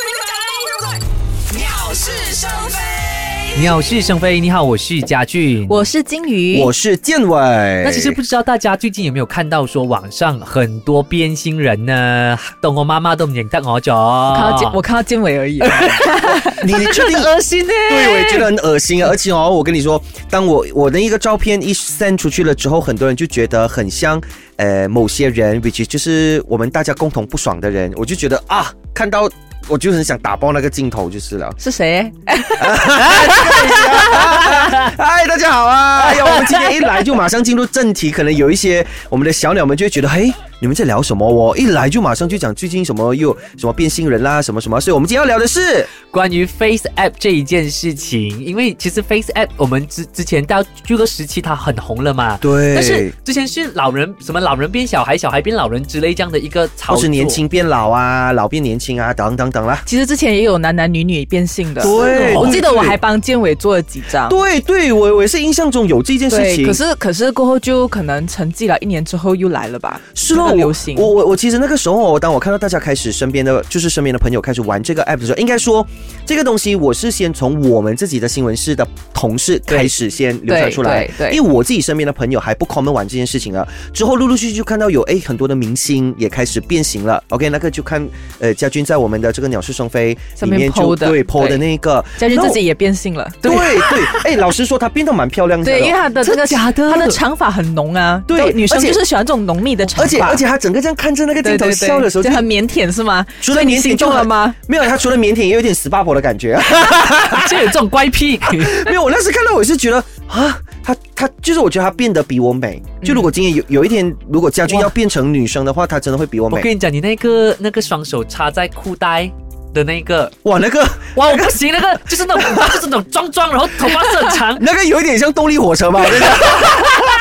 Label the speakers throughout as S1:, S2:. S1: 跟你讲了，鸟是生非。
S2: 鸟是生非，你好，我是家俊。
S3: 我是金鱼，
S4: 我是建伟。
S2: 那其实不知道大家最近有没有看到说网上很多变性人呢，当我妈妈都唔认得我咗。
S3: 我看到肩，我看到肩尾而已，
S4: 你你确定？
S3: 很恶心呢、欸
S4: 对，我也觉得很恶心啊！而且哦，我跟你说，当我我的一个照片一 send 出去了之后，很多人就觉得很像呃某些人，which is 就是我们大家共同不爽的人，我就觉得啊，看到我就很想打爆那个镜头就是了。
S3: 是谁？
S4: 嗨，大家好啊！哎呀，我们今天一来就马上进入正题，可能有一些我们的小鸟们就会觉得，嘿，你们在聊什么哦？我一来就马上就讲最近什么又什么变性人啦，什么什么，所以我们今天要聊的是。
S2: 关于 Face App 这一件事情，因为其实 Face App 我们之之前到这个时期它很红了嘛，
S4: 对
S2: 但是之前是老人什么老人变小孩，小孩变老人之类这样的一个操
S4: 或
S2: 作，
S4: 是年轻变老啊，老变年轻啊，等等等啦。
S3: 其实之前也有男男女女变性的，
S4: 对
S3: 我记得
S4: 对
S3: 我还帮建伟做了几张。
S4: 对对，我我也是印象中有这件事
S3: 对，
S4: 情，
S3: 可是可是过后就可能沉寂了一年之后又来了吧？
S4: 是
S3: 这
S4: 咯，
S3: 个
S4: 我
S3: 流行。
S4: 我我我其实那个时候，当我看到大家开始身边的就是身边的朋友开始玩这个 app 的时候，应该说这个东西我是先从我们自己的新闻室的同事开始先流传出来，
S3: 对对对
S4: 因为我自己身边的朋友还不 common 玩这件事情了，之后陆陆续续就看到有哎很多的明星也开始变形了，OK，那个就看呃家军在我们的这个鸟是生非
S3: 上
S4: 里
S3: 面
S4: 面就
S3: po 的
S4: 对 PO 的
S3: 对
S4: 那个，
S3: 佳俊
S4: 然后
S3: 自己也变性了，
S4: 对对，哎，老实说，她变得蛮漂亮的。哦
S3: 对，因为他的这个
S2: 假的
S3: 他的长发很浓啊，
S4: 对
S3: 就女生
S4: 而且
S3: 就是喜欢这种浓密的长发，
S4: 而且而且她整个这样看着那个镜
S3: 对
S4: 头
S3: 对对
S4: 笑的时候，
S3: 就
S4: 就
S3: 很腼腆是吗？
S4: 除
S3: 所
S4: 了
S3: 以你
S4: 腼
S3: 心
S4: 腆就
S3: 动了
S4: 很
S3: 吗？？
S4: 没有，她除了腼腆，也有点死八婆的感觉。
S2: 就 有这种怪 癖。
S4: 没有，我那时看到我是觉得啊，她她就是我觉得她变得比我美。就如果今天有有一天，如果家俊要变成女生的话，她真的会比我
S2: 我
S4: 美。
S2: 跟你讲，你那个那个双手插在裤带的那个，
S4: 哇，那个
S2: 哇，我不行，那个就是那种就是那种壮壮，然后头发是很长，
S4: 那个有一点像动力火 车吧，我跟你讲。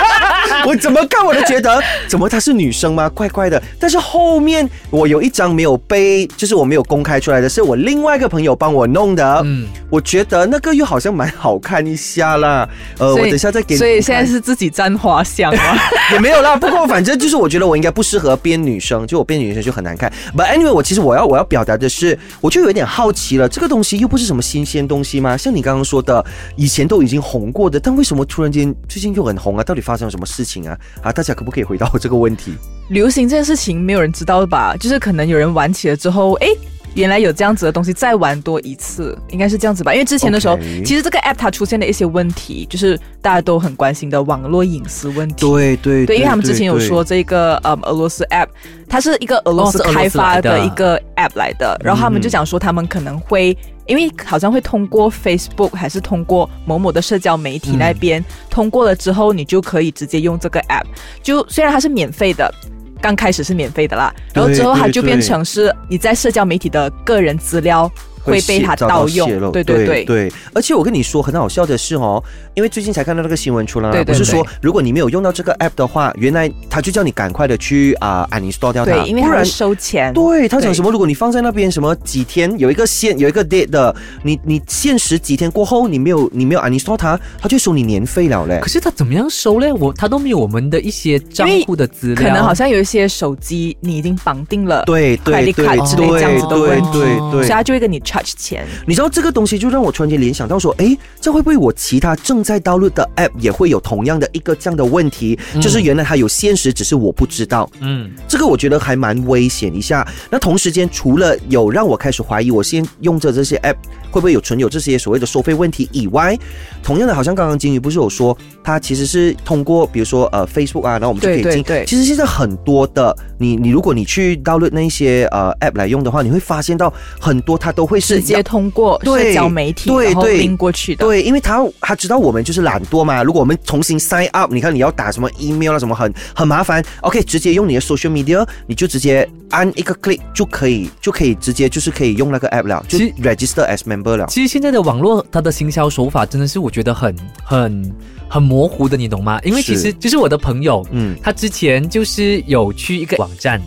S4: 我怎么看我都觉得，怎么她是女生吗？怪怪的。但是后面我有一张没有被，就是我没有公开出来的，是我另外一个朋友帮我弄的。
S2: 嗯。
S4: 我觉得那个又好像蛮好看一下啦。呃，我
S3: 所以
S4: 等一下再给你
S3: 所以现在
S4: 看
S3: 是自己沾花香啊。
S4: 也没有啦。不过反正就是我觉得我应该不适合编女生，就我编女生就很难看。But anyway，我其实我要我要表达的是，我就有点好奇了，这个东西又不是什么新鲜东西吗？像你刚刚说的，以前都已经红过的，但为什么突然间最近又很红啊？到底发生了什么事情啊？啊，大家可不可以回答我这个问题？
S3: 流行这件事情没有人知道吧？就是可能有人玩起了之后，诶，原来有这样子的东西，再玩多一次，应该是这样子吧？因为之前的时候
S4: OK
S3: 其实这个 app 它出现了一些问题，就是大家都很关心的网络隐私问题。
S4: 对对
S3: 对，因为他们之前有说，这个呃、俄罗斯 app，它是一个俄罗斯
S2: 哦是俄罗斯
S3: 开发
S2: 来
S3: 的
S2: 的
S3: 一个 app 来的，然后他们就讲说他们可能会。因为好像会通过 Facebook 还是通过某某的社交媒体那边、通过了之后，你就可以直接用这个 app。就虽然它是免费的，刚开始是免费的啦，然后之后它
S4: 对对
S3: 就变成是你在社交媒体的个人资料会被它
S4: 泄遭到
S3: 盗用
S4: 泄露。
S3: 对
S4: 对
S3: 对，
S4: 而且我跟你说，很好笑的是哦，因为最近才看到那个新闻出来，
S3: 对
S4: 不
S3: 对
S4: 是说
S3: 对
S4: 如果你没有用到这个 app 的话，原来他就叫你赶快的去啊、uninstall 掉它，
S3: 对，因为它
S4: 不
S3: 会
S4: 然。
S3: 收钱。
S4: 对他讲
S3: 对
S4: 什么？如果你放在那边什么几天，有一个限有一个 date 的，你你限时几天过后，你没有你没有 uninstall 它，他就收你年费了嘞
S2: 可。是他怎么样收嘞？我他都没有我们的一些账户的资料，
S3: 可能好像有一些手机你已经绑定了，
S4: 对对对
S3: credit
S4: 对
S3: card 之类这样子的问
S4: 对对
S3: 题所以
S4: 对，
S3: 他就会跟你 charge 钱。
S4: 你知道这个东西就让我突然间联想到说，诶，这会不会我其他正在道路的 app 也会有同样的一个这样的问题？
S3: 嗯
S4: 就是原来它有限时，只是我不知道。
S2: 嗯，
S4: 这个我觉得还蛮危险一下。那同时间，除了有让我开始怀疑我先用着这些 app 会不会有存有这些所谓的收费问题以外，同样的，好像刚刚金鱼不是有说，它其实是通过比如说呃 Facebook 啊，然后我们就可以
S3: 对
S4: 进。
S3: 对对
S4: 其实现在很多的，你你如果你去 download 那一些呃 app 来用的话，你会发现到很多它都会是
S3: 直接通过社
S4: 对
S3: 交媒体，
S4: 对
S3: 然后
S4: 对
S3: 拎过去的。
S4: 对，因为他他知道我们就是懒惰嘛。如果我们重新 sign up，你看你要打什么 email 啊，什么很很麻烦。OK，直接用你的 social media，你就直接按一个 click 就可以，就可以直接就是可以用那个 app 了，就
S2: 其实
S4: register as member 了。
S2: 其实现在的网络它的行销手法真的是我觉得很很很模糊的，你懂吗？因为其实
S4: 是
S2: 就是我的朋友，
S4: 嗯，
S2: 他之前就是有去一个网站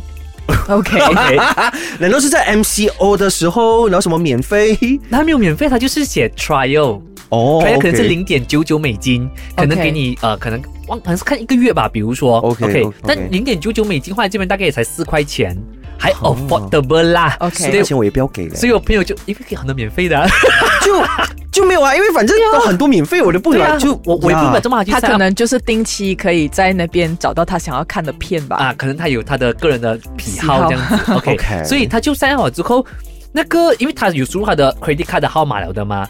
S3: OK，
S2: ，OK，
S4: 难道是在 MCO 的时候，然后什么免费？
S2: 他没有免费，他就是写 trial，
S4: 哦
S2: 可能可能是
S4: OK
S2: 零点九九美金，可能
S3: OK
S2: 给你呃，可能忘好像是看一个月吧，比如说
S4: OK，OK
S2: 但零点九九美金换来这边大概也才四块钱，还
S4: 哦
S2: affordable 啦。
S3: OK
S2: 所以
S4: 那钱我也不要给了，
S2: 所以我朋友就因为可以很多免费的、啊，
S4: 就就没有啊，因为反正都很多免费，我就不
S2: 对啊，
S4: 来，就
S2: 就我我也不
S4: 呀
S2: 买这么好去
S3: 啊
S2: 啊
S3: 他
S2: sign
S3: 可
S2: up
S3: 能就是定期可以在那边找到他想要看的片吧。
S2: 啊，可能他有他的个人的癖
S3: 喜
S2: 好
S3: 好
S2: 这样子。OK，,
S4: OK
S2: 所以他就 sign up 好之后，那个因为他有输入他的 credit card 的号码了的嘛。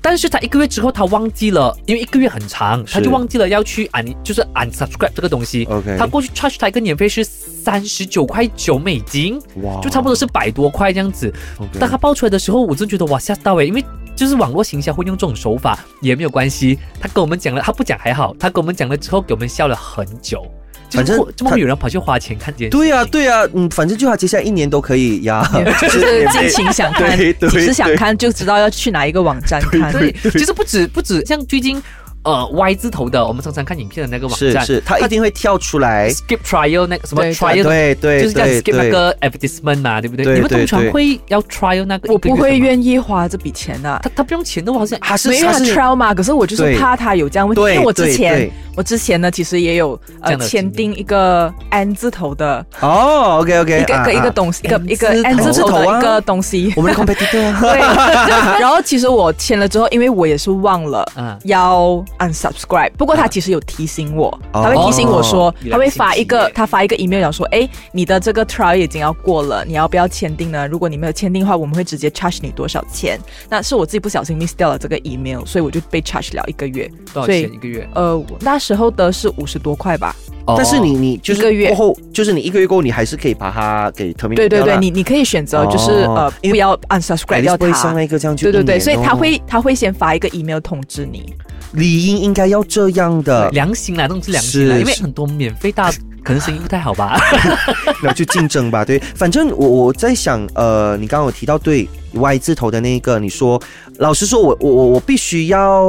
S2: 但是他一个月之后，他忘记了，因为一个月很长，他
S4: 是
S2: 就忘记了要去 un 就是 unsubscribe 这个东西。
S4: OK
S2: 他过去 charge 他一个年费是三十九块九美金，
S4: 哇
S2: 就差不多是百多块这样子。
S4: OK
S2: 当他爆出来的时候，我真觉得哇吓到哎、因为就是网络行销会用这种手法也没有关系。他跟我们讲了，他不讲还好，他跟我们讲了之后，给我们笑了很久。就是
S4: 反正
S2: 会怎么
S4: 他
S2: 会有人跑去花钱看这件事情？
S4: 对呀、对呀、嗯，反正就他接下来一年都可以呀，
S3: 就是尽情想看，
S4: 对对
S3: 几时想
S4: 对
S3: 看就知道要去哪一个网站看。
S2: 对，其实不止不止，像最近呃 Y 字头的，我们常常看影片的那个网
S4: 是
S2: 站，
S4: 是，他一定会跳出来，
S2: skip trial 那个什么
S4: 对
S3: 对
S2: trial，
S4: 对对，
S2: 就是这样 skip 那
S4: 对
S2: 个 advertisement 嘛，对不对？
S4: 对
S2: 你们
S4: 对
S2: 通常
S4: 对
S2: 会要 trial 那个？
S3: 我不会。啊愿意花这笔钱的、啊。
S2: 他他不用钱的，我好像
S4: 他是
S3: 没有
S4: 他
S3: 他
S4: 是
S3: trial 嘛，可是我就是
S4: 对
S3: 怕他有这样问题，因
S4: 对
S3: 为我之
S4: 对
S3: 前
S4: 对
S3: 我之前呢，其实也有
S2: 这
S3: 呃
S2: 样的经
S3: 签
S2: 历
S3: 订一个 N 字头的
S4: 哦，OK OK，
S3: 一个一个一个东西，一个一个
S4: 啊
S3: N 字头的一个东西，
S4: 我们的 competitor 啊
S3: 对，然后其实我签了之后，因为我也是忘了
S2: 嗯
S3: 要 unsubscribe，不过他其实有提醒我，
S4: 哦
S3: 他会提醒我说
S2: 哦，
S3: 他会发一
S2: 原来
S3: 个
S2: 是
S3: 他发一个 email 讲说，哎，你的这个 trial 已经要过了，你要不要签订呢？如果你没有签订的话，我们会直接 charge 你多少钱？那是我自己不小心 miss 掉了这个 email，所以我就被 charge 了一个月。
S2: 多少
S3: 所以
S2: 钱一个月？
S3: 呃，我那时候的是五十多块吧。
S4: 但是你你就
S3: 哦一个
S4: 是
S3: 月
S4: 过后，就是你一个月过后，你还是可以把它给 terminate
S3: 对对
S4: 掉
S3: 对，
S4: 啦哎
S3: 你你可以选择就是
S4: 哦
S3: 呃
S4: 因为
S3: 不要
S4: 改
S3: unsubscribe
S4: 掉
S3: 掉
S4: 会上
S3: 它
S4: 那。个这样就
S3: 对
S4: 一
S3: 对
S4: 年
S3: 对，所以他
S4: 哦
S3: 会他会先发一个 email 通知你。
S4: 理应应该要这样 的，
S2: 良心啦，那种是良心啦，
S4: 呃是
S2: 因为很多免费大可能生意不太好吧。
S4: 然后去竞争吧。对，反正我我在想，呃，你刚刚有提到对 Y 字头的那一个，你说，老实说我，我我我必须要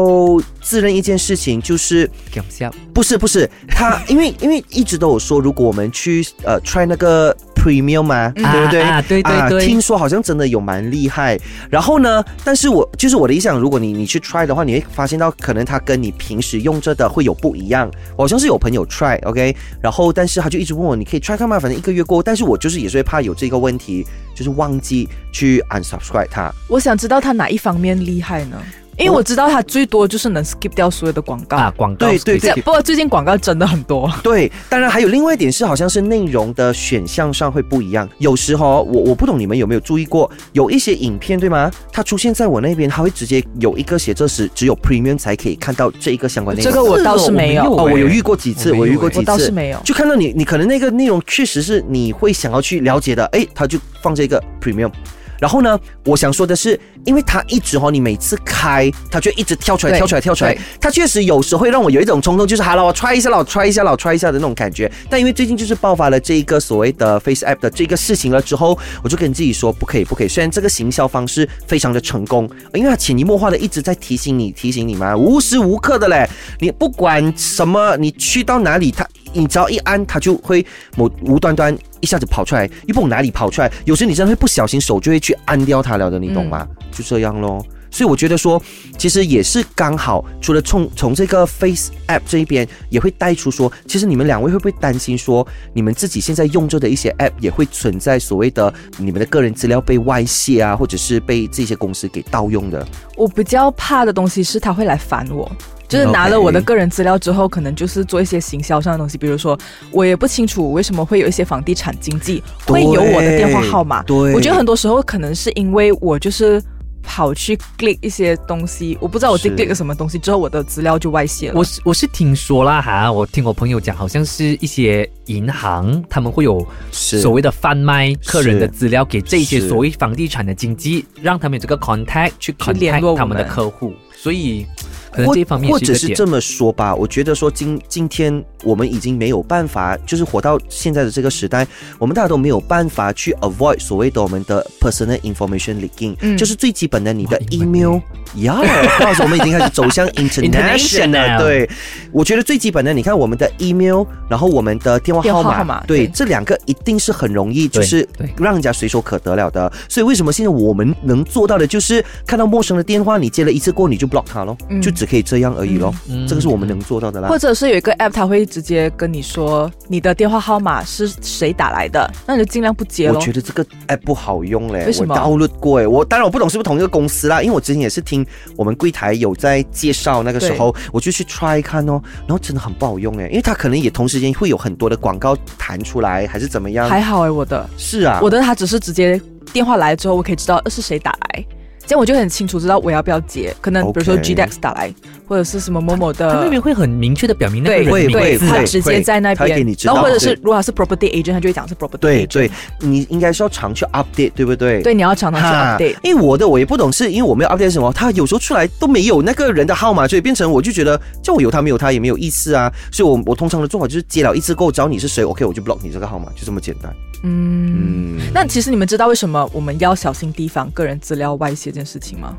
S4: 自认一件事情，就是
S2: 搞笑，
S4: 不是不是他，因为因为一直都有说，如果我们去呃 try 那个 premium 嘛，对不对？
S2: 啊啊对对
S4: 啊，
S2: 对
S4: 听说好像真的有蛮厉害。然后呢，但是我就是我的意想，如果你你去 try 的话，你会发现到可能它跟你平时用着的会有不一样。我好像是有朋友 try OK，然后但是他就一直问我，你可以 try 看吗？反正一个月过后，但是我就是也是会怕有这个问题，就是忘记去 unsubscribe 它。
S3: 我想知道他哪一方面厉害呢？因为我知道他最多就是能 skip 掉所有的广告。
S2: 啊，广告
S4: 对对
S2: 是
S4: 对
S3: 不过最近广告真的很多，
S4: 对，当然还有另外一点是，好像是内容的选项上会不一样。有时候哦我我不懂你们有没有注意过，有一些影片对吗？它出现在我那边，它会直接有一个写这时只有 Premium 才可以看到这一个相关内容。
S3: 这个我倒是没有
S2: 是
S4: 哦，
S2: 欸
S4: 我有遇过几次，
S2: 我
S4: 我
S2: 没有
S4: 遇过
S2: 欸
S4: 几次，
S3: 我倒是没有。
S4: 就看到你，你可能那个内容确实是你会想要去了解的，诶，他就放这个 premium。然后呢，我想说的是，因为他一直哦，你每次开，他就一直跳出来、
S3: 对
S4: 跳出来、跳出来
S3: 对，
S4: 他确实有时会让我有一种冲动，就是好了，我 try 一下了，我 try 一下了，我 try 一下的那种感觉。但因为最近就是爆发了这一个所谓的 Face App 的这个事情了之后，我就跟自己说不可以，不可以。虽然这个行销方式非常的成功，因为它潜移默化的一直在提醒你、提醒你嘛，无时无刻的嘞，你不管什么，你去到哪里，它你只要一按，它就会某无端端一下子跑出来，又不懂哪里跑出来。有时你真的会不小心手就会去按掉它了的，你懂吗？就这样咯。所以我觉得说，其实也是刚好，除了从从这个 Face App 这一边，也会带出说，其实你们两位会不会担心说，你们自己现在用着的一些 App 也会存在所谓的你们的个人资料被外泄啊，或者是被这些公司给盗用的？
S3: 我比较怕的东西是他会来烦我。
S4: 嗯
S3: 就是拿了我的个人资料之后，可能就是做一些行销上的东西，比如说，我也不清楚为什么会有一些房地产经纪
S4: 对
S3: 会有我的电话号码。
S4: 对
S3: 我觉得很多时候可能是因为我就是跑去 click 一些东西，我不知道我自己
S4: 是
S3: click 了什么东西之后，我的资料就外泄了。
S2: 我是我是听说啦哈，我听我朋友讲，好像是一些银行他们会有
S4: 是
S2: 所谓的贩卖客人的
S4: 是
S2: 资料给这些
S4: 是
S2: 所谓房地产的经纪，让他们有这个 contact 去
S3: 联络
S2: contact
S3: 我
S2: 他们的
S3: 们
S2: 客户，所以可能
S4: 或
S2: 这一方面
S4: 或
S2: 是一
S4: 者
S2: 个
S4: 是
S2: 点
S4: 这么说吧，我觉得说今今天我们已经没有办法，就是活到现在的这个时代，我们大家都没有办法去 avoid 所谓的我们的 personal information leaking，、
S3: 嗯
S4: 就是最基本的你的
S2: 哇英文
S4: email 呀，不好意思，我们已经开始走向 international，
S2: International
S4: 对，我觉得最基本的，你看我们的 email，然后我们的电话
S3: 电话
S4: 号码，
S3: 号码
S4: 对，
S3: 对
S4: 这两个一定是很容易，就是
S2: 对对
S4: 让人家随手可得了的。所以为什么现在我们能做到的，就是看到陌生的电话，你接了一次过，你就 block 他咯，
S3: 嗯
S4: 就只可以这样而已咯。
S2: 嗯
S4: 这个是我们能做到的啦
S3: 或。者是有一
S4: 嗯
S3: 个 app，它会直接跟你说你的电话号码是谁打来的，那你就尽量不接
S4: 我
S3: 咯。
S4: 觉得这个 app 不好用嘞，
S3: 为什么
S4: 我 download 过哎，我当然我不懂是不是同一个公司啦，因为我之前也是听我们柜台有在介绍，那个时候我就去 try 看哦，然后真的很不好用哎，因为它可能也同时间会有很多的广告弹出来，还是怎么样？
S3: 还好哎、我的
S4: 是啊，
S3: 我的它只是直接电话来之后，我可以知道是谁打来，这样我就很清楚知道我要不要接。可能比如说
S4: OK
S3: GDX 打来，或者是什么某某
S2: 他那
S3: 的。
S2: 边会很明确的表明那个
S3: 对
S2: 人
S4: 会
S2: 名
S4: 会
S3: 对，
S2: 字啊
S3: 他
S4: 会
S3: 直接在那
S4: 他会给
S3: 边
S4: 你，知道
S3: 然后或者是
S4: 对
S3: 如果他是 property agent，他就会讲是 property
S4: 对
S3: agent。
S4: 对，你应该是要常去 update，对不对？
S3: 对，你要常常去
S4: 哈
S3: update。
S4: 因为我的我也不懂，是因为我没有 update 什么，他有时候出来都没有那个人的号码，所以变成我就觉得，叫我有他没有他也没有意思啊。所以我我通常的做法就是接了一次过后，找你是谁，OK，我就 block 你这个号码，就这么简单。
S3: 嗯。
S4: 嗯，
S3: 那其实你们知道为什么我们要小心提防个人资料外泄这件事情吗？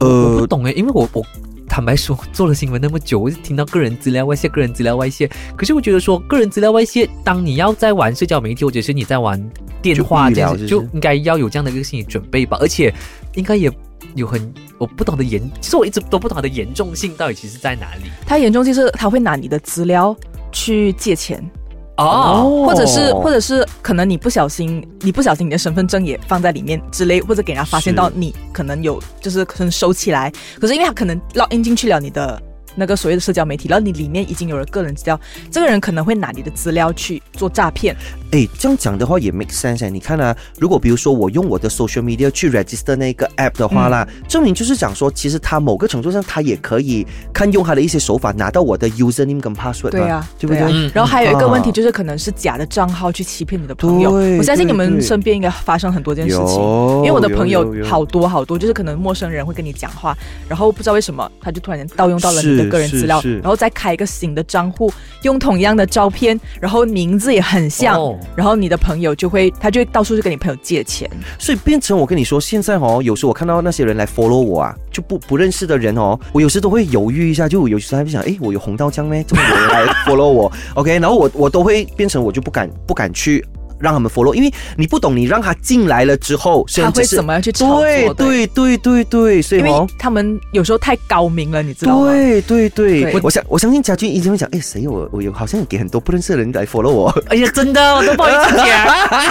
S4: 呃
S2: 我不懂哎，因为我我坦白说，做了新闻那么久，我就听到个人资料外泄，个人资料外泄。可是我觉得说，个人资料外泄，当你要在玩社交媒体，或者是你在玩电话这
S4: 就不医疗
S2: 样子，
S4: 是
S2: 就
S4: 不是
S2: 应该要有这样的一个心理准备吧。而且，应该也有很我不懂的严，其实我一直都不懂它的严重性到底其实在哪里
S3: 它严重性是他会拿你的资料去借钱，
S2: 哦。
S3: 或者是或者是可能你不小心，你不小心你的身份证也放在里面之类，或者给人家发现
S4: 是
S3: 到你可能有就是可能收起来，可是因为他可能 login 进去了你的。那个所谓的社交媒体，然后你里面已经有了个人资料，这个人可能会拿你的资料去做诈骗，
S4: 哎，这样讲的话也 make sense 哎。你看啊，如果比如说我用我的 social media 去 register 那个 app 的话
S3: 嗯
S4: 啦，证明就是讲说，其实它某个程度上它也可以看用它的一些手法拿到我的 username 跟 password
S3: 对
S4: 嘛
S3: 啊
S4: 对不
S3: 对啊
S2: 嗯
S3: 然后还有一个问题
S4: 啊
S3: 就是，可能是假的账号去欺骗你的朋友。
S4: 对
S3: 我相信你
S4: 对
S3: 们
S4: 对
S3: 身边应该发生很多件事情，
S4: 有
S3: 因为我的朋友
S4: 哦有有有
S3: 好多好多，就是可能陌生人会跟你讲话，然后不知道为什么他就突然盗用到了你
S4: 是
S3: 的个人资料
S4: 是是，
S3: 然后再开一个新的账户，用同样的照片，然后名字也很像，
S2: 哦
S3: 然后你的朋友就会他就会到处去跟你朋友借钱。
S4: 所以变成我跟你说，现在哦，有时候我看到那些人来 follow 我啊，就不不认识的人哦，我有时都会犹豫一下，就有时还会想，诶，我有红到江咩？这么有人来 follow 我，OK，然后我我都会变成我就不敢不敢去。让他们 follow，因为你不懂，你让他进来了之后，虽
S3: 他
S4: 然
S3: 会
S4: 只是
S3: 怎么样去炒作
S4: 对
S3: 的？
S4: 对对对对，所以
S3: 因为
S4: 哦，
S3: 他们有时候太高明了，你知道吗？
S4: 对对对，
S3: 对
S4: 我相我相信家俊一定会讲，诶，谁有我我有好像有给很多不认识的人来 follow 我，
S2: 哎呀，真的，我都不好意思讲。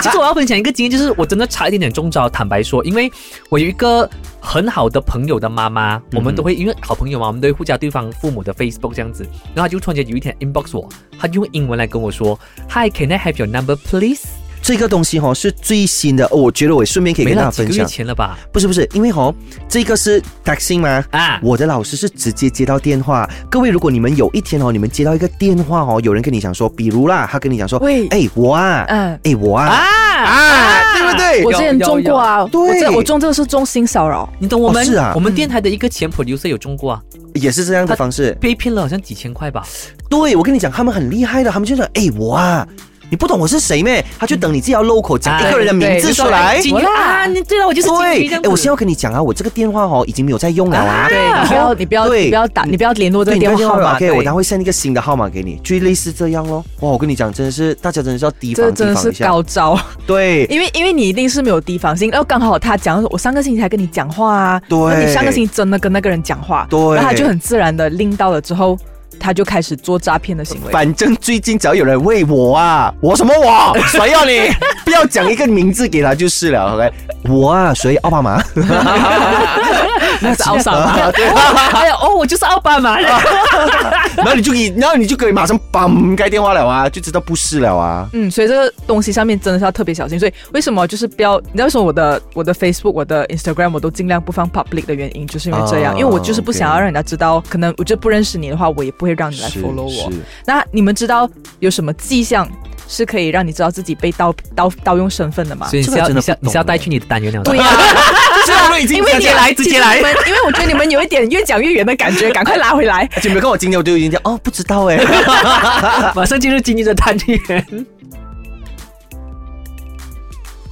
S2: 其实我要分享一个经验，就是我真的差一点点中招。坦白说，因为我有一个很好的朋友的妈妈，我们都会因为好朋友嘛，我们都会互加对方父母的 Facebook 这样子。然后她就突然间有一天 inbox 我，她就用英文来跟我说：“Hi，can I have your number, please？”
S4: 这个东西哈、哦、是最新的、哦，我觉得我顺便可以
S2: 没
S4: 跟大家
S2: 了几
S4: 分
S2: 个月
S4: 享，
S2: 前了吧？
S4: 不是不是，因为吼，这个是 taxi 吗？
S2: 啊，
S4: 我的老师是直接接到电话。各位，如果你们有一天哦，你们接到一个电话哦，有人跟你讲说，比如啦，他跟你讲说，
S3: 喂
S4: 哎、我啊，哎、
S3: 嗯。
S4: 我啊，
S2: 啊，
S4: 啊，对不对？
S3: 我之前
S2: 有
S3: 中过啊，
S4: 有
S3: 我这
S4: 对
S3: 我中这个是中性骚扰，
S2: 你懂我们、
S4: 哦是啊
S2: 我们电台的一个前 producer 有中过啊，
S4: 也是这样的
S2: 他
S4: 方式。
S2: 被骗了好像几千块吧？
S4: 对，我跟你讲，他们很厉害的，他们就讲，哎、我啊。你不懂我是谁咩？他就等你自己要 local 讲
S2: 哎
S4: 一个人的名字
S3: 对哎
S4: 出来。
S2: 金鱼
S3: 我啦
S2: 啊，你对了，我就是金
S4: 对
S2: 鱼这，样
S4: 哎，
S2: 子。
S4: 我先要跟你讲啊，我这个电话哦已经没有在用了啊。
S3: 对你不要，你不要，
S4: 对
S3: 你不要打，你不要联络这
S4: 对，
S3: 个
S4: 你
S3: 电话号码。
S4: 给我，
S3: 对
S4: 他会 send 一个新的号码给你，就类似这样咯。哇，我跟你讲，真的是大家真的是要提
S3: 这
S4: 防
S3: 真
S4: 提
S3: 的
S4: 防
S3: 是
S4: 一下。
S3: 高 招，
S4: 对，
S3: 因为因为你一定是没有提防心，然后刚好他讲，我上个星期才跟你讲话啊，
S4: 对
S3: 那你上个星期真的跟那个人讲话，
S4: 对
S3: 然后他就很自然的拎到了之后，他就开始做诈骗的行为。
S4: 反正最近只要有人喂我啊，我什么我，谁要 你？不要讲一个名字给他就是了，OK？我啊，谁奥巴 马？
S3: 那是奥桑吗？
S2: 哎呀，哦，我就是奥巴马了。
S4: 然后你就可以，然后你就可以马上嘣该电话了啊，就知道不是了啊。
S3: 嗯，所以这个东西上面真的是要特别小心。所以为什么就是不要？你知道为什么我的我的 Facebook、我的 Instagram 我都尽量不放 public 的原因，就是因为这样，
S4: 哦
S3: 因为我就是不
S4: OK
S3: 想要让人家知道。可能我就不认识你的话，我也不会让你来
S4: 是
S3: follow 我。
S4: 是
S3: 那你们知道有什么迹象是可以让你知道自己被盗盗盗用身份的吗？
S2: 所以你是
S4: 这
S2: 要
S4: 个真
S2: 你
S4: 的
S2: 是要
S4: 不懂
S2: 你是要带
S4: 哎
S2: 去你的单元了。
S3: 对呀、
S4: 这啊我已经
S3: 因为
S4: 直
S3: 你
S4: 接来，直接来
S3: 其实你。们因为我觉得你们有一点越讲越远的感觉， 赶快拉回来。
S4: 而且没有看我今天，我就已经讲哦，不知道 哎、
S3: 啊
S2: 马上进入今天的单元。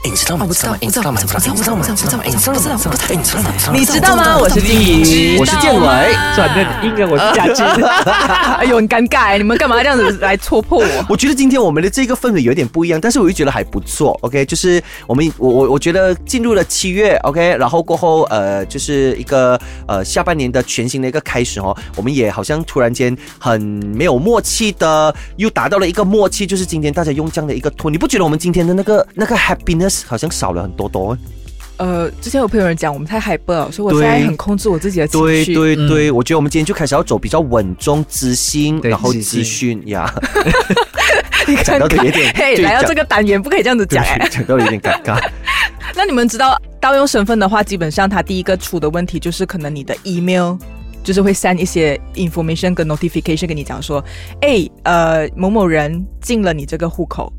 S5: 哎，你知道吗？你知道吗？你知道吗？你知道吗？你知道吗？你知道吗？哎，你知道吗？
S3: 你知道吗？我是静怡，
S4: 我是建伟。
S2: 转
S3: 啊
S2: 的硬了，我
S3: 呃
S2: 是家具。
S3: 哎呦，很尴尬，你们干嘛这样子来戳破我？
S4: 我觉得今天我们的这个氛围有点不一样，但是我又觉得还不错。OK，就是我们我我我觉得进入了七月，OK，然后过后呃就是一个呃下半年的全新的一个开始哦，我们也好像突然间很没有默契的又达到了一个默契，就是今天大家用这样的一个 tone，你不觉得我们今天的那个那个 happiness 好像少了很多多？
S3: 呃，之前有朋友人讲我们太 hyper 了，所以我现在
S4: 对
S3: 很控制我自己的情
S4: 对
S3: 绪。
S4: 对对，我觉得我们今天就开始要走比较稳重、知心，
S2: 对
S4: 然后
S2: 知性
S4: 资讯 呀，
S3: 你看
S4: 讲到的有点
S3: 嘿，
S4: 对
S3: 来到
S4: 讲
S3: 这个单元不可以这样子
S4: 对
S3: 讲哎、
S4: 讲到有点尴尬。
S3: 那你们知道盗用身份的话，基本上它第一个出的问题就是可能你的 email 就是会 send 一些 information 跟 notification 跟你讲说，哎，呃，某某人进了你这个户口。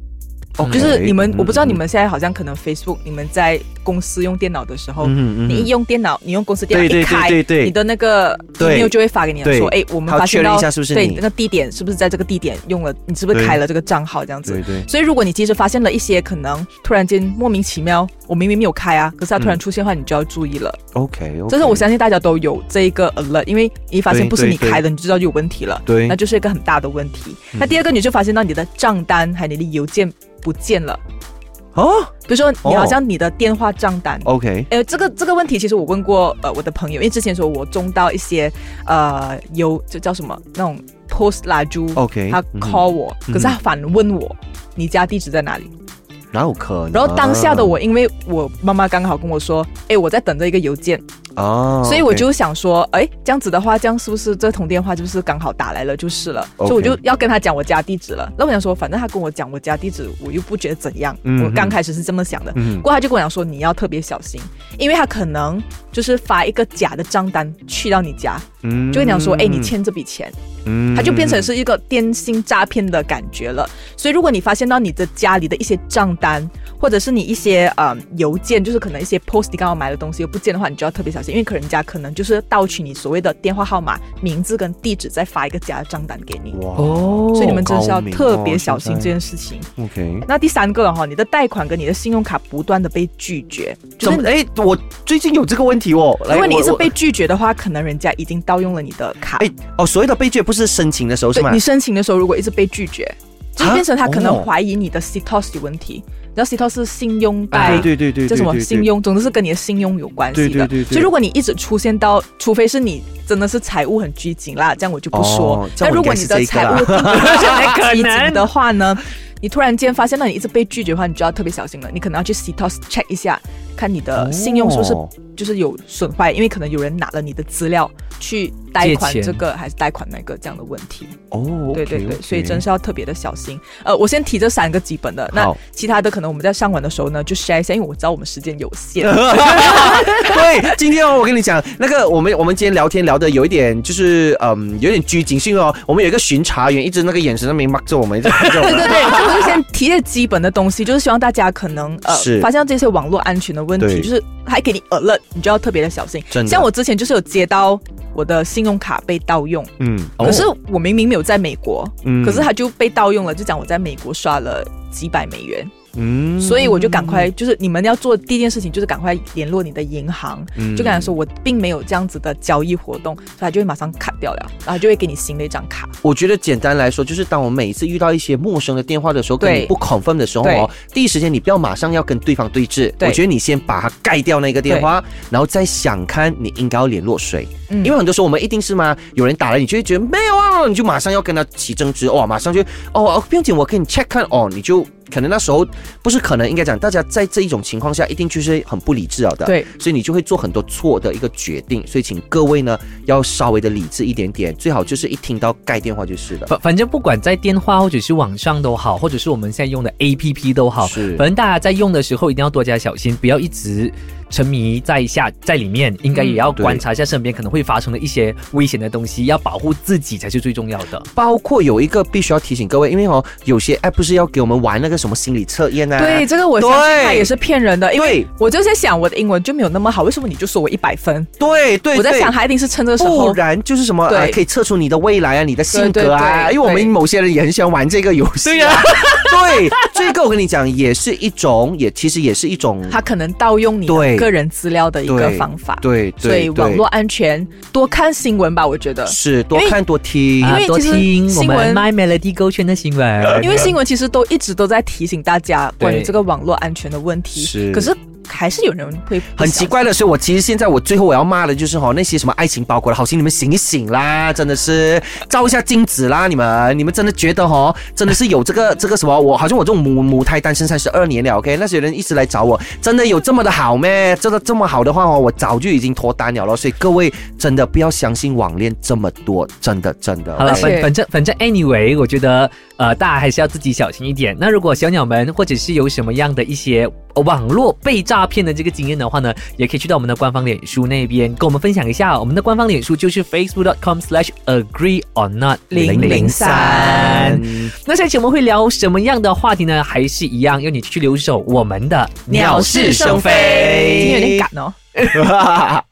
S4: OK，
S3: 哦就是你们，
S4: 嗯
S3: 我不知道
S4: 嗯
S3: 你们现在好像可能 Facebook，你们在公司用电脑的时候，
S4: 嗯嗯嗯
S3: 哦你一用电脑，你用公司电
S4: 对
S3: 脑
S4: 对
S3: 一
S4: 对
S3: 开，
S4: 对对
S3: 你的那个
S4: 对
S3: email 就会发给你了
S4: 对
S3: 说，哎，我们
S4: 他
S3: 发现
S4: 确认
S3: 到
S4: 一下是不是
S3: 对
S4: 你
S3: 那个地点是不是在这个地点用了，你是不是
S4: 对
S3: 开了这个账号这样子？
S4: 对对。
S3: 所以，如果你即使发现了一些可能突然间莫名其妙，我明明没有开啊，可是它突然出现的话，你就要注意了。
S4: 嗯 OK，
S3: 这是我相信大家都有这一个 alert，因为你一发现
S4: 对
S3: 不是你
S4: 对
S3: 开的，你就知道有问题了，
S4: 对嗯
S3: 那就是一个很大的问题。那第二个，你就发现到你的账单还有你的邮件不见了，
S4: 哦
S3: 比如说你
S4: 哦
S3: 好像你的电话账单。
S4: ，OK，
S3: 呃，这个这个问题其实我问过呃我的朋友，因为之前说我中到一些呃邮就叫什么那种 post 拉猪
S4: OK，
S3: 他
S4: 嗯哼嗯
S3: call 我，可是他反问我你家地址在哪里？
S4: 哪有可能？啊
S3: 然后当下的我，因为我妈妈刚好跟我说，哎，我在等着一个邮件，
S4: 哦，
S3: 所以我就想说，哎，这样子的话，这样是不是这通电话就是刚好打来了就是了？
S4: OK
S3: 所以我就要跟他讲我家地址了。那我想说，反正他跟我讲我家地址，我又不觉得怎样。
S4: 嗯
S3: 我刚开始是这么想的，
S4: 嗯
S3: 不过他就跟我讲说你要特别小心，因为他可能就是发一个假的账单去到你家，
S4: 嗯
S3: 就跟你讲说，哎，你，欠这笔钱，
S4: 嗯
S3: 它就变成是一个电信诈骗的感觉了。所以，如果你发现到你的家里的一些账单，或者是你一些呃邮件，就是可能一些 post 你刚好买的东西又不见的话，你就要特别小心，因为可能人家可能就是盗取你所谓的电话号码、名字跟地址，再发一个假的账单给你。
S4: 哇
S2: 哦
S3: 所以你们真的是要
S4: 高明哦
S3: 特别小心
S4: 现在
S3: 这件事情。
S4: ，OK，
S3: 那第三个了哈，你的贷款跟你的信用卡不断的被拒绝，就
S4: 怎
S3: 是
S4: 么？哎，我最近有这个问题哦，来
S3: 如果你
S4: 我
S3: 一直
S4: 我
S3: 被拒绝的话，可能人家已经盗用了你的卡。
S4: 哎哦，所谓的被拒不是申请的时候是
S3: 对
S4: 吗啊
S3: 你？申请的时候，如果一直被拒绝，就是变成他可能怀疑你的 CTOS 有问题。然后 CTOS 是信用贷，
S4: 哦对对对对，
S3: 叫
S4: 对
S3: 什么
S4: 对对
S3: 信用，总之是跟你的信用有关系的。
S4: 对对对对
S3: 所以如果你一直出现到，除非是你真的是财务很拘谨啦，这样我就不说。
S4: 哦这
S3: 但
S4: 样我
S3: 如
S4: 应
S3: 果
S4: 该
S3: 你
S4: 是这
S3: 的
S4: 一个
S3: 财
S4: 啦
S3: 务并不是
S2: 可
S3: 很拘
S2: 能
S3: 谨的话呢，你突然间发现到你一直被拒绝的话，你就要特别小心了。你可能要去 CTOS check 一下，看你的信用是不是
S4: 哦
S3: 就是有损坏，因为可能有人拿了你的资料去贷款
S2: 借钱
S3: 这个还是贷款那个这样的问题。
S4: 哦，
S3: 对
S4: OK，
S3: 对对
S4: OK
S3: 所以真是要特别的小心。呃，我先提这三个基本的，那
S4: 好
S3: 其他的可能我们在上完的时候呢，就 share 一下，因为我知道我们时间有 限。
S4: 对，今天哦，我跟你讲，那个我们我们今天聊天聊的有一点就是嗯，有点拘谨，是因为哦，我们有一个巡查员一直那个眼神那边 mark 着我们，一直 mark 着我
S3: 对
S4: 们
S3: 对对，就我就先提一些基本的东西，就是希望大家可能呃
S4: 是
S3: 发现到这些网络安全的问
S4: 对
S3: 题，就是还给你 alert，你就要特别的小心。
S4: 真的
S3: 像我之前就是有接到我的信用卡被盗用，
S4: 嗯
S2: 哦
S3: 可是我明明没有在美国，
S4: 嗯
S3: 可是它就被盗用了，就讲我在美国刷了几百美元。
S4: 嗯
S3: 所以我就赶快，就是你们要做第一件事情，就是赶快联络你的银行，
S4: 嗯
S3: 就跟他说我并没有这样子的交易活动，所以他就会马上砍掉了，然后就会给你新的一张卡。
S4: 我觉得简单来说，就是当我每一次遇到一些陌生的电话的时候，跟
S3: 对
S4: 你不 confirm 的时候哦，第一时间你不要马上要跟对方对峙，
S3: 对
S4: 我觉得你先把它盖掉那个电话，然后再想看你应该要联络谁。
S3: 嗯
S4: 因为很多时候我们一定是嘛，有人打来，你就会觉得没有啊，你就马上要跟他起争执，哇，马上就哦，不用紧，我给你 check 看哦，你就可能那时候不是可能应该讲，大家在这一种情况下一定就是很不理智了的，
S3: 对，
S4: 所以你就会做很多错的一个决定，所以请各位呢要稍微的理智一点点，最好就是一听到盖电话就是了。
S2: 反反正不管在电话或者是网上都好，或者是我们现在用的 A P P 都好，
S4: 是
S2: 反正大家在用的时候一定要多加小心，不要一直沉迷在下在里面，应该也要
S4: 对
S2: 观察一下身边可能会发生的一些危险的东西，要保护自己才是最重要的。
S4: 包括有一个必须要提醒各位，因为哦，有些 app 不是要给我们玩那个什么心理测验啊？
S3: 对，这个我相信
S4: 对
S3: 他也是骗人的，因为
S4: 对
S3: 我就在想我的英文就没有那么好，为什么你就说我一百分？
S4: 对对，
S3: 我在
S4: 对
S3: 想他一定是趁这个时
S4: 不
S3: 候。
S4: 然就是什么啊
S3: 对，
S4: 可以测出你的未来啊，你的性格啊，
S3: 对对对
S4: 因为我们
S3: 对
S4: 某些人也很喜欢玩这个游戏。对呀， 对，这个我跟你讲，也是一种，也其实也是一种，
S3: 他可能盗用你的
S4: 对
S3: 个人资料的一个
S4: 对
S3: 方法，
S4: 对对
S3: 所以
S4: 对
S3: 网络安全多看新闻吧，我觉得，
S4: 是多
S3: 因为
S4: 看多听
S3: 因
S2: 啊
S3: 为，
S2: 多
S3: 其实
S2: 听我
S3: 新
S2: 们
S3: 闻
S2: My Melody 勾圈的新闻，
S3: 因为新闻其实都一直都在提醒大家关于这个网络安全的问题，
S4: 是
S3: 可是还是有人会
S4: 很奇。怪的。所以我其实现在我最后我要骂的就是哈、哦那些什么爱情包裹的好心，你们醒一醒啦，真的是照一下镜子啦，你们你们真的觉得哈、哦真的是有这个这个什么，我好像我这种母母胎单身三十二年了，OK，那些人一直来找我，真的有这么的好咩？真的这么好的话哦，我早就已经脱单了咯。所以各位真的不要相信网恋这么多，真的真的。
S2: 好了，
S3: 而
S4: OK？
S3: 且
S2: 反反正反正，anyway，我觉得呃，大家还是要自己小心一点。那如果小鸟们或者是有什么样的一些呃网络被诈骗的这个经验的话呢，也可以去到我们的官方脸书那边跟我们分享一下。我们的官方脸书就是 facebook.com/slash agree or not
S3: 003。
S2: 那下期我们会聊什么样的话题呢？还是一样，要你去留守我们的
S3: 鸟是生非，今天有点赶哦。
S4: 哈哈哈。